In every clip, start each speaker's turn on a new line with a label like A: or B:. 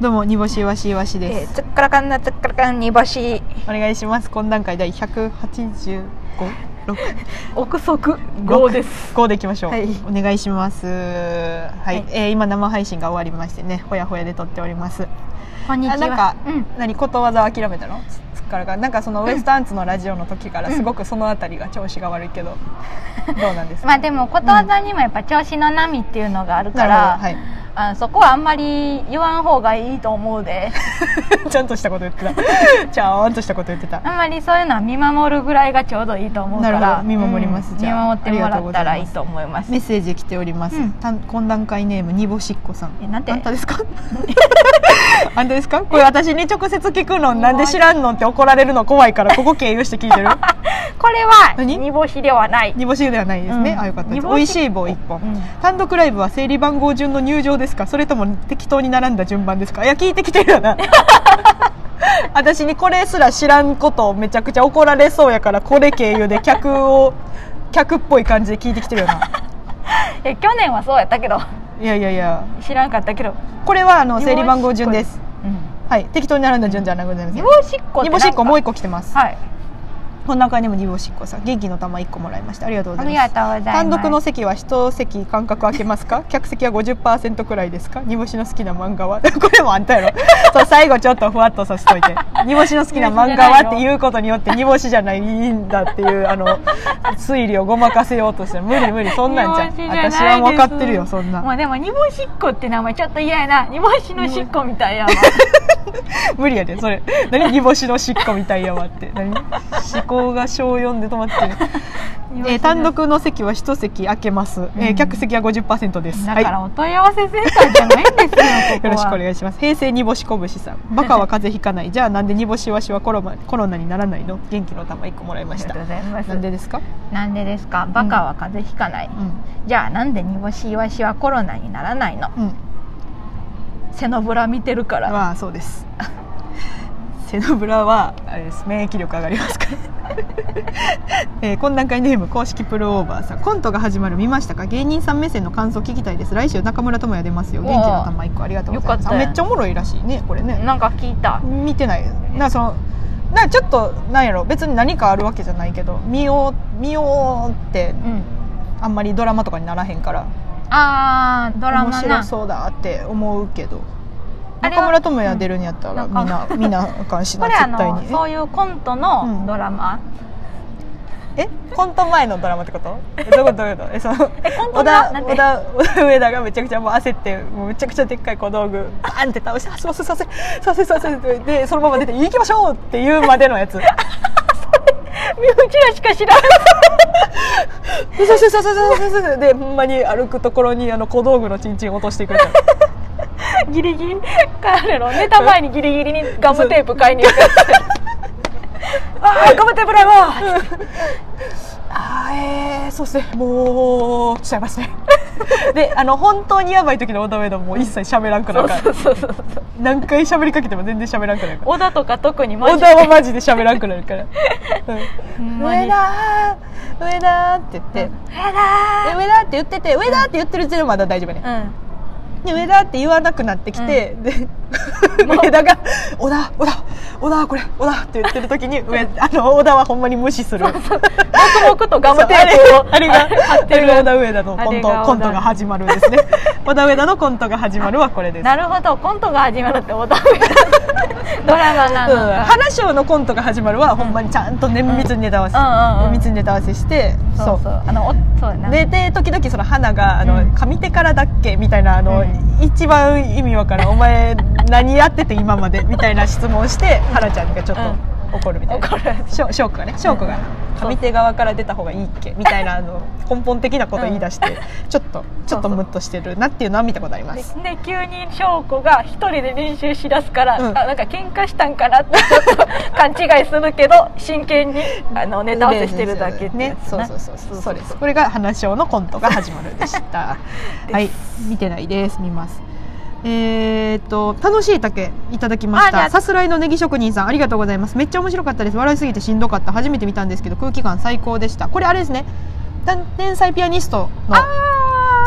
A: どうも煮干しわしわし
B: え
A: で
B: ー
A: す、
B: つっからかんなつっからかん煮干し
A: お願いします懇談会第185 6
B: 憶測
A: 五
B: 5です
A: 5でいきましょう、
B: はい
A: お願いしますはい、
B: はい
A: えー今生配信が終わりましてねほやほやで撮っております
B: こんにちは
A: あなんか
B: うん、
A: 何ことわざを諦めたのつっからかんなんかそのウエスタンツのラジオの時から
B: うん
A: すごくそのあたりが調子が悪いけど、どうなんですか
B: まあでもことわざにもやっぱ調子の波っていうのがあるか
A: な
B: ら、
A: るほどはい
B: あそこはあんまり言わん方がいいと思うで
A: ちゃんとしたこと言ってた。ちゃんとしたこと言ってた。
B: あんまりそういうのは見守るぐらいがちょうどいいと思うか
A: なる
B: ら
A: ほど見守ります
B: うん
A: じゃあ
B: 見守ってもらったら
A: あり
B: いい
A: が
B: と思います
A: メッセージ来ております。
B: うん
A: たん懇談会ネームにぼしっこさん。
B: えなんて
A: あんたです か？あんたですか？これ私に直接聞くのなんで知らんのって怒られるの怖いからここ経由して聞い てる。
B: これは
A: 何
B: 煮干しではない、
A: にぼしではないですね。
B: うん
A: あよかったで
B: 煮
A: す。美
B: 干し
A: 味しい棒一本。
B: うん
A: 単独ライブは整理番号順の入場ですかそれとも適当に並んだ順番ですかいや聞いてきてるよ な私にこれすら知らんことをめちゃくちゃ怒られそうやからこれ経由で客を客っぽい感じで聞いてきてるよない
B: や去年はそうやったけど
A: いやいやいや
B: 知らんかったけど、
A: これはあの整理番号順です
B: うん、
A: はい適当に並んだ順じゃなくなります
B: 煮干しっこって
A: 煮干しっこもう
B: 一
A: 一個来てます
B: はい
A: こんな感じでも煮干しっこさん元気の玉一個もらいましたありがとうご
B: あ
A: ざい
B: り
A: ま
B: が
A: す
B: とうございます
A: 単独の席は一席間隔空けますか 客席は50%くらいですか煮干しの好きな漫画は これもあんたやろそう最後ちょっとふわっとさせとい て煮干しの好きな漫画はっていうことによって煮干しじゃないんだっていうあの推理をごまかせようとして無理無理そんなんじゃん私は分かってるよそん
B: も
A: な
B: うでも煮干しっこって名前ちょっと嫌やな煮干しのしっこみた いやわ
A: 無理やでそれ何煮干しのしっこみたいやわって何思考が小4で止まってるえー単独の席は一席空けます、えー
B: うん
A: 客席は50%です
B: だか
A: はい
B: らお問い合わせセンターじゃないん ですよここは
A: よろしくお願いします平成煮干しこぶしさ んバカは風邪ひかないじゃあなんで煮干しわしはコロナコロナにならないの元気の玉一個もらいま
B: あり
A: した
B: が とうございます
A: なんでですか、
B: なんでですかバカは風邪ひかない、
A: う
B: じゃあなんで煮干しイワシはコロナにならないの
A: んうん、
B: 背のぶら見てるから
A: まあそうです 背のブラはあれです免疫力上がりますから えー、懇談会ネーム公式プロオーバーさんコントが始まる見ましたか芸人さん目線の感想聞きたいです来週中村智也出ますよ元気の玉一個ありがとうございますあ
B: よかった
A: め
B: よ
A: っちゃおもろいらしいねこれね
B: なんか聞いた
A: 見てないなんかそのなんかちょっとなんやろ別に何かあるわけじゃないけど見よう見ようって
B: うん
A: あんまりドラマとかにならへんから
B: あードラ
A: 面
B: マ
A: 白
B: な
A: そうだって思うけど
B: あれは
A: 中村智也出るんやったら
B: うん
A: みんな見なあかんし
B: こ
A: な
B: れあ
A: 絶対
B: の
A: に
B: そういうコント
A: うん
B: のドラマ、
A: えコント前のドラマってことえどういうことどういうことえその
B: ント
A: 小田
B: なんて
A: 小田小田上田がめちゃくちゃもう焦ってもうめちゃくちゃでっかい小道具バンって倒してあ「すいませんすいませんすいませんすいませんって」でそのまま出て「行きましょう!」っていうまでのやつ
B: 身内らしか知らん
A: そうそうそうそうそうそうでほんまに歩くところにあの小道具のチンチン落としていくみたいな
B: ギリギリ彼の寝た前にギリギリにガムテープ買いに行くああガムテープないわ
A: あーえー、そうですねもうしちゃいますねであの本当にやばい時のオダウェイドもう一切喋らんくなるから
B: そうそうそう
A: 何回喋りかけても全然喋らんくなるから
B: 小田とか特にマ
A: オ
B: ジ
A: ダはマジで喋らんくなるから「うん
B: ほんま
A: 上
B: に
A: 田上田」って言って
B: う
A: 「で
B: ん
A: 上田」って言ってて「上田」って言ってるうちでもまだ大丈夫ね
B: う
A: で上田って言わなくなってきて、で 上田が「小田小田小田これ小田」って言ってる時 に上あの小田はほんまに無視する。
B: ん黙々とガム
A: そう
B: テ
A: あれ
B: ープを
A: あれが
B: 貼
A: あ
B: って
A: れ
B: る
A: が小田上田のコント
B: あれが小田
A: コントが始まるです ね小田上田のコントが始まるはこれです
B: なるほどコントが始まるって小 田ドラマな
A: うん、
B: のか、
A: 花賞のコントが始まるはほんまにちゃんと綿密にネタ合わせ、
B: うんうんうんう
A: 綿
B: ん
A: 密にネタ合わせして、
B: そうそうあのおそうやな
A: でで時々その花があの、
B: うん
A: 上手からだっけみたいなあの、
B: うん
A: 一番意味わからんお前何やってて今までみたいな質問をして花ちゃんがちょっと怒るみたいな、
B: 怒る
A: しょ翔子がね翔子が
B: そう
A: 上手側から出た方がいいっけみたいなあの根本的なことを言い出して、ちょっとちょっと
B: そうそう
A: ムッとしてるなっていうのは見たことあります
B: で急に翔子が一人で練習しだすから、
A: うん
B: あなんか喧嘩したんかなってちょっと勘違いするけど真剣にあのネタ合わせしてるだけってや
A: ね
B: つ
A: そう
B: な
A: そうそうそうそうですこれが花賞のコントが始まるでしたはい見てないです見ますえー、っと楽しい竹いただきまし
B: あじゃ
A: た
B: あ
A: さすらいのネギ職人さんありがとうございますめっちゃ面白かったです笑いすぎてしんどかった初めて見たんですけど空気感最高でしたこれあれですね天才ピアニストの
B: あ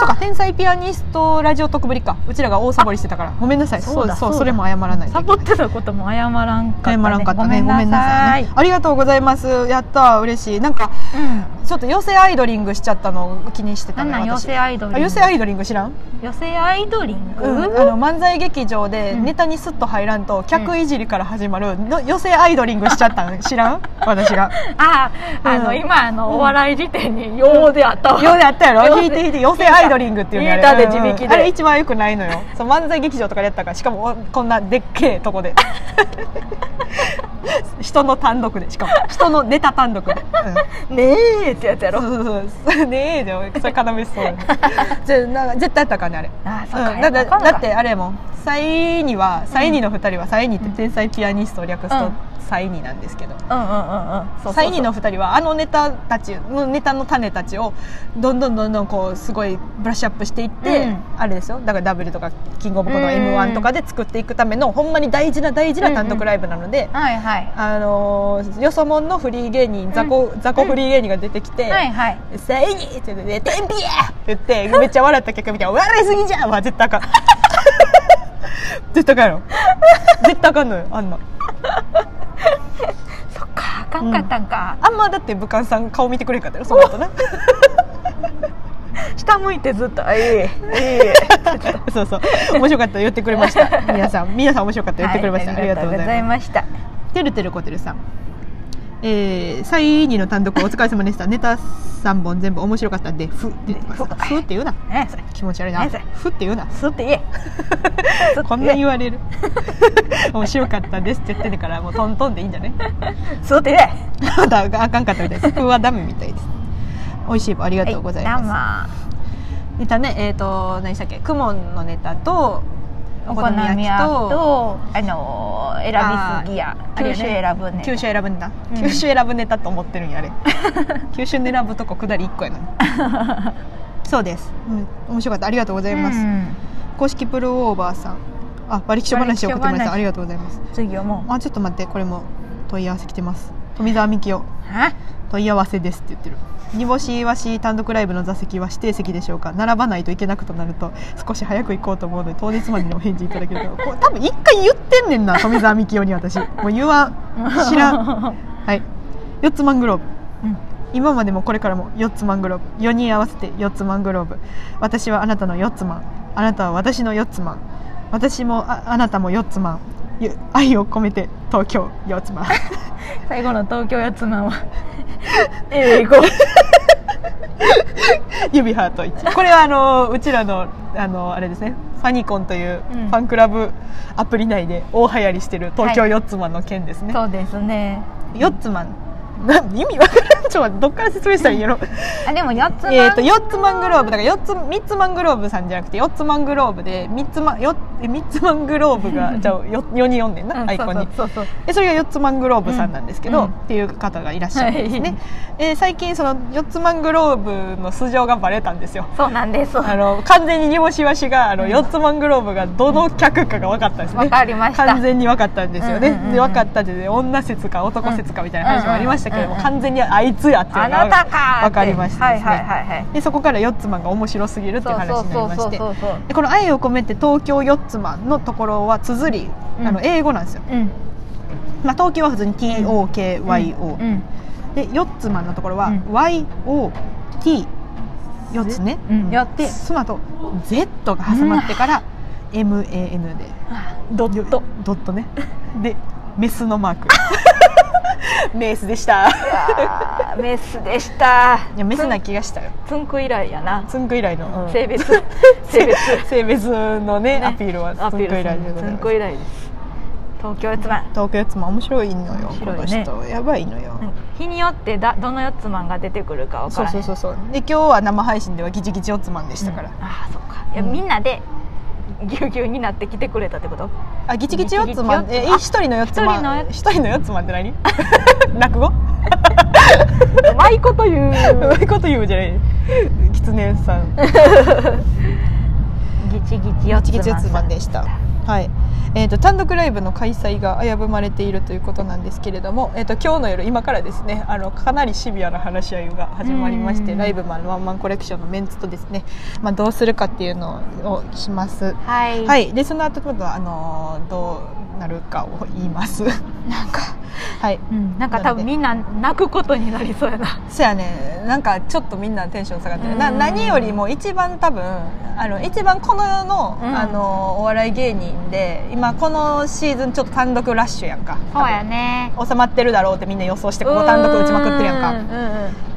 A: そうか天才ピアニストラジオ特ぶりかうちらが大サボりしてたからごめんなさい
B: そうだ
A: そう
B: そうだ
A: それも謝らないと
C: サ
A: いけ
C: ボ
A: ない
C: ってたことも謝らんかった、ね、
A: 謝らんかったねご
C: ご
A: め
C: め
A: ん
C: ん
A: な
C: な
A: さ
C: さ
A: い
C: い
A: ねありがとうございますやったー嬉しいなんか
C: うん
A: ちょっと寄せアイドリングしちゃったのを気にして
C: な
A: た
C: んな
A: の
C: ん
A: よ
C: 寄
A: 私
C: せアイドリン
A: あ
C: グ
A: 寄せアイドリング知らん、
C: 寄せアイドリング、
A: うんあの漫才劇場で
C: うん
A: ネタにスッと入らんと、客いじりから始まるの寄せアイドリングしちゃったの知らん私が
C: ああの、
A: うん
C: 今あの、お笑い辞典に「よう」であったわ、
A: ようであったやろ
B: 寄せ
A: 引いて引いて寄せアイドリングっていうのやる
B: 引いたで
A: うんうん
B: 自力で
A: あれ一番よくないのよそう漫才劇場とかでやったからしかもおこんなでっけえとこで 人の単独でしかも人のネタ単独で、うん
B: ねえってやつやろ
A: そうそうそう ねえでもそれ要しそうじゃなんか絶対あったからねあれ
C: あそっか、
A: うん、だって
C: よかった
A: だってあれやもんサイにはサイニの二人はサイニって天才ピアニストを略す
C: う
A: と
C: ん
A: サイニなんですけど、
C: うんうんうんうんそうそうそう
A: サイニの二人はあのネタたちのネタの種たちをどんどんどんどんこうすごいブラッシュアップしていって、
C: うん
A: あれですよだからダブルとかキングオブコントとか
C: うん
A: m 1とかで作っていくためのほんまに大事な大事な単独ライブなので、
C: はいはい
A: あのーよそもんのフリー芸人雑魚,、雑魚フリー芸人が出てきて、
C: はいはい
A: サイニーって言って、天秤やって言って、めっちゃ笑った客見て、笑いすぎじゃんは絶対あかん。 絶対あかんやろ。絶対あかんのよ、あんな。
C: そっかあかんかったんか、
A: あんまだって武漢さん顔見てくれんかったよ、その後な。
B: 下向いてずっと「えええ
A: そうそう。面白かったよ言ってくれま した。皆さん、皆さん面白かったよ言ってくれました。
C: は
A: ありがとうございます。
C: ました
A: てるてるこてるさん。えー、サイニの単独お疲れ様でした。ネタ3本全部面白かったんで、ふって言ってます。
C: ふ
A: ふって言うな。
C: ねそれ
A: 気持ち悪いな。
C: ねそれ
A: ふって言うな。
C: 吸って 言え
A: こんな言わ れる面白かったですって言ってるからもうトントンでいいんじゃね
C: 吸って言え
A: ま だあかんかったみたいです服はダメみたいです美味しい棒ありがとうございます、
C: ます
A: ネタねえっ、と何でしたっけクモンのネタと
C: お好み焼きとあのー選びすぎや
A: あー
C: 九州選ぶね
A: 九州選ぶネタ、
C: うん
A: 九州選ぶネタと思ってるん やあれ九州選ぶとこ下り1個やのに そうです、うん、面白かったありがとうございます、
C: うん
A: 公式プルオーバーさんあ馬力書話を送ってもらい
C: 馬力書
A: ました
C: 話
A: ありがとうございます
C: 次はもう
A: あちょっと待ってこれも問い合わせ来てます富澤美樹を
C: あ
A: 問い合わせですって言ってる煮干しいわし単独ライブの座席は指定席でしょうか並ばないといけなくとなると少し早く行こうと思うので当日までにお返事いただけ るとこれ多分一回言ってんねんな富澤美樹よに私もう言わん知らんはい4つマングローブ
C: うん
A: 今までもこれからも4つマングローブ4人合わせて4つマングローブ私はあなたの4つマンあなたは私の4つマン私もああなたも4つマンゆ愛を込めて東京4つマン
C: 最後の東京やつまんは ええ行こう
A: 指ハート1これはあのうちらのあのあれですねファニコンというフ
C: うん
A: ァンクラブアプリ内で大流行りしてる東京
C: はい
A: 4つマンの件ですね、
C: そうですね
A: 4つマンな意味わからんちょっと待ってどっから説明したらいいんやろ
C: あでも四つまん
A: えー、と4つマングローブだから4つ3つマングローブさんじゃなくて4つマングローブで3つ,、ま、よえ三つマングローブがじゃあ 4, 人読んでん
C: うん
A: なアイコンに
C: そうそうそうそう
A: でそれが4つマングローブさんなんですけ
C: う
A: ど、
C: んうん
A: っていう方がいらっしゃるんですね、えー最近その4つマングローブの素性がバレたんですよ
C: そうなんです
A: あの完全に煮干しわしがあの
C: うん
A: 4つマングローブがどの客かが分かったんですね
C: わかりました
A: 完全に分かったんですよね、
C: うんうんうん
A: で分かったで女説か男説かみたいな話もありましたけれども、
C: うんうんうん
A: 完全にあいつやっていう
C: あ
A: のが
C: なたかーって
A: 分かりました
C: は
A: で
C: い
A: す
C: は
A: ね
C: いはいはい
A: でそこからヨッツマンが面白すぎるっていう話になりまして
C: そうそうそうそう
A: でこの「愛を込めて東京ヨッツマン」のところは綴り、
C: うん
A: あの英語なんですよ、
C: そううん
A: まあ、東京は普通に TOKYO、
C: うん
A: でヨッツマンのところは
C: うん
A: YOT 四つね、
C: うん
A: やって
C: 四つ
A: その後 Z が挟まってから MAN で
C: ドット
A: ドットねでメスのマークメースでした
C: あーメスでした
A: いやメスな気がしたよ
B: つんく以来やな
A: つんく以来の、うん
B: 性 別性別
A: 性別のね
B: ね
A: アピールは
B: ア
A: つ
B: ピ
A: んく
B: ール
A: 以来でござ
B: す
A: い
B: るつん
A: ます
B: く以来です東京四つまん
A: 東京やつも面白いのよ、
C: 面
A: こ
C: 白い
A: の
C: ね
A: 人やばいのよ、
B: 日によってだどの四つまんが出てくるかわか
A: そう
B: らへ
A: そ
B: ん
A: うそうそうで今日は生配信ではギチギチおつまんでしたから、
B: ああそっかいや、
A: うん
B: みんなでぎゅうぎゅうになってきてくれたってこと
A: あギチギチおつまん
B: ギチ
A: え
B: ギチ
A: 一人の四つまん
B: 一人の四つ
A: 一人の四つまんって何 落語
B: うまいこと言う
A: うまいこと言うじゃないキツネさん
B: ギチギチ四
A: ギチ
B: つ
A: ギチお
B: まん
A: つまんでしたはいえー、と単独ライブの開催が危ぶまれているということなんですけれども、えー、と今日の夜今からですねあのかなりシビアな話し合いが始まりまし
B: う
A: て
B: ん
A: ライブマンワンマンコレクションのメンツとですね、まあ、どうするかっていうのをします。
B: はい、
A: はい、でその後今度はあのーどうなるかを言います。
B: なんか、
A: はい、
B: うん、なんか多分みんな泣くことになりそうやな
A: そやねなんかちょっとみんなテンション下がってるな
B: うん
A: 何よりも一番多分あの一番この世の,、
B: うん
A: あのお笑い芸人で今このシーズンちょっと単独ラッシュやんか
B: そうやね
A: 収まってるだろうってみんな予想してこう単独打ちまくってるやん
B: う
A: か
B: んうんうん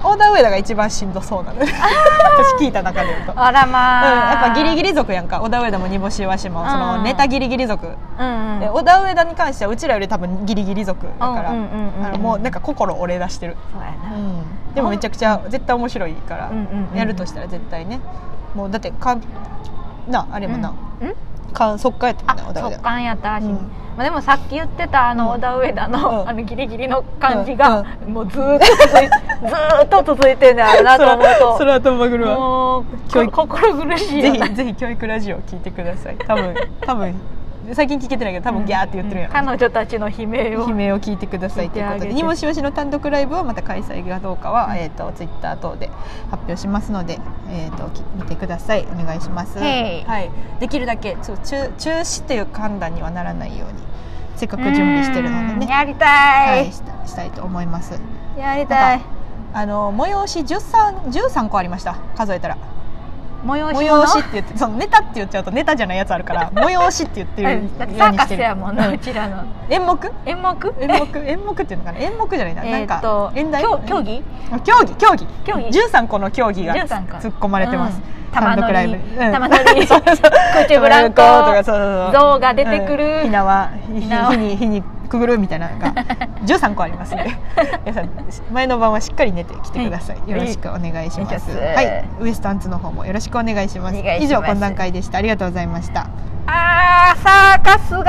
A: オーダーウェイダーが一番しんどそうな の私聞いた中で言うと。
B: あら
A: うん、や
B: まあ、
A: っぱギリギ
B: リ
A: リ族やんか小田上田も煮干しわしもその
B: うん
A: ネタギリギリ族、
B: うんうん
A: で小田上田に関してはうちらより多分ギリギリ族だから、
B: うんうんうんうん
A: あのもうなんか心折れ出してる
B: そうやな
A: でもめちゃくちゃ絶対面白いから、
B: うんうんうん
A: やるとしたら絶対ねもうだってかんなあれもな、
B: うん
A: 感速化やってもんな
B: あ
A: お互い
B: 直
A: で
B: 感やったらしい、
A: うん
B: まあ、でもさっき言ってたあ
A: うん
B: の小田上田の,、
A: うん
B: あのギリギリの感じが、もうずーっと続いずーっと続いてんだよなと思
A: そうれはとまぐる
B: と
A: わ
B: もう
A: 教育
B: こ心苦しい
A: ぜ
B: よな
A: ひぜひ教育ラジオ聞いてください多分多分最近聞けてないけど多分ギャーって言ってるやん、
B: 彼女たちの悲鳴
A: 悲
B: を
A: 鳴を聞いてくださいということ
B: 聞いてあげ
A: で、
B: て
A: にもしわしの単独ライブはまた開催がどうかは、えっ、とツイッター等で発表しますので、えっ、とき見てくださいお願いします。
B: Hey
A: はい、できるだけそう中中止という判断にはならないようにせっかく準備してるので
B: うん
A: ね、
B: やりた、
A: はいい、したしたいと思います。
B: やりたい
A: あの催し十三十三個ありました数えたら
B: 催し物
A: 催しって言ってそのネタって言っちゃうとネタじゃないやつあるから 催しって言ってるように
B: うんだってサーカ
A: し
B: ス
A: てる
B: やもんな、
A: う
B: うちらの
A: 演目
B: 演目
A: 演目 演目っていうのかな演目じゃないな、
B: え
A: な
B: ー
A: ん
B: っ
A: か
B: と
A: 演題
B: 競競技
A: あ競技競技
B: 競技
A: 13個の競技が
B: 13個
A: 突っ込まれてます、
B: うん
A: 単独ライブ
B: 玉乗 り
A: そうそうそう
B: 口ブランコ
A: 玉乗りとかそうそうそう
B: 象が出てくる
A: うんひなわひ
B: ひなわ
A: 火に火にくぐるみたいなのが13個ありますので皆さん前の晩はしっかり寝てきてください、
B: はい
A: よろしくお願いし
B: お願
A: ま
B: い
A: す
B: します
A: はいウエスタンツの方もよろしくお願いします
B: お願いします
A: 以上懇談会でしたありがとうございました
B: あーサーカスが